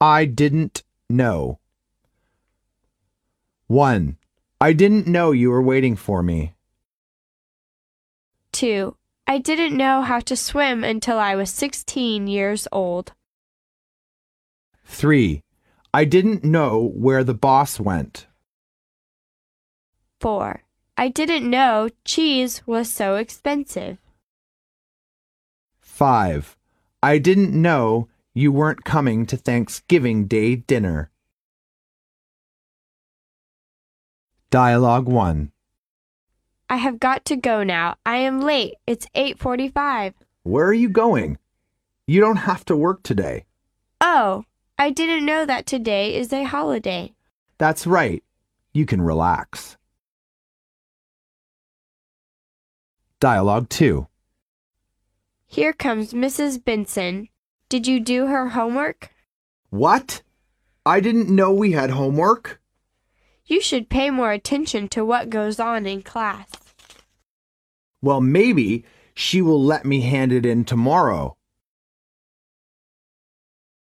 I didn't know. 1. I didn't know you were waiting for me. 2. I didn't know how to swim until I was 16 years old. 3. I didn't know where the boss went. 4. I didn't know cheese was so expensive. 5. I didn't know you weren't coming to Thanksgiving Day dinner. Dialogue 1. I have got to go now. I am late. It's 8:45. Where are you going? You don't have to work today. Oh, I didn't know that today is a holiday. That's right. You can relax. Dialogue 2. Here comes Mrs. Benson. Did you do her homework? What? I didn't know we had homework. You should pay more attention to what goes on in class. Well, maybe she will let me hand it in tomorrow.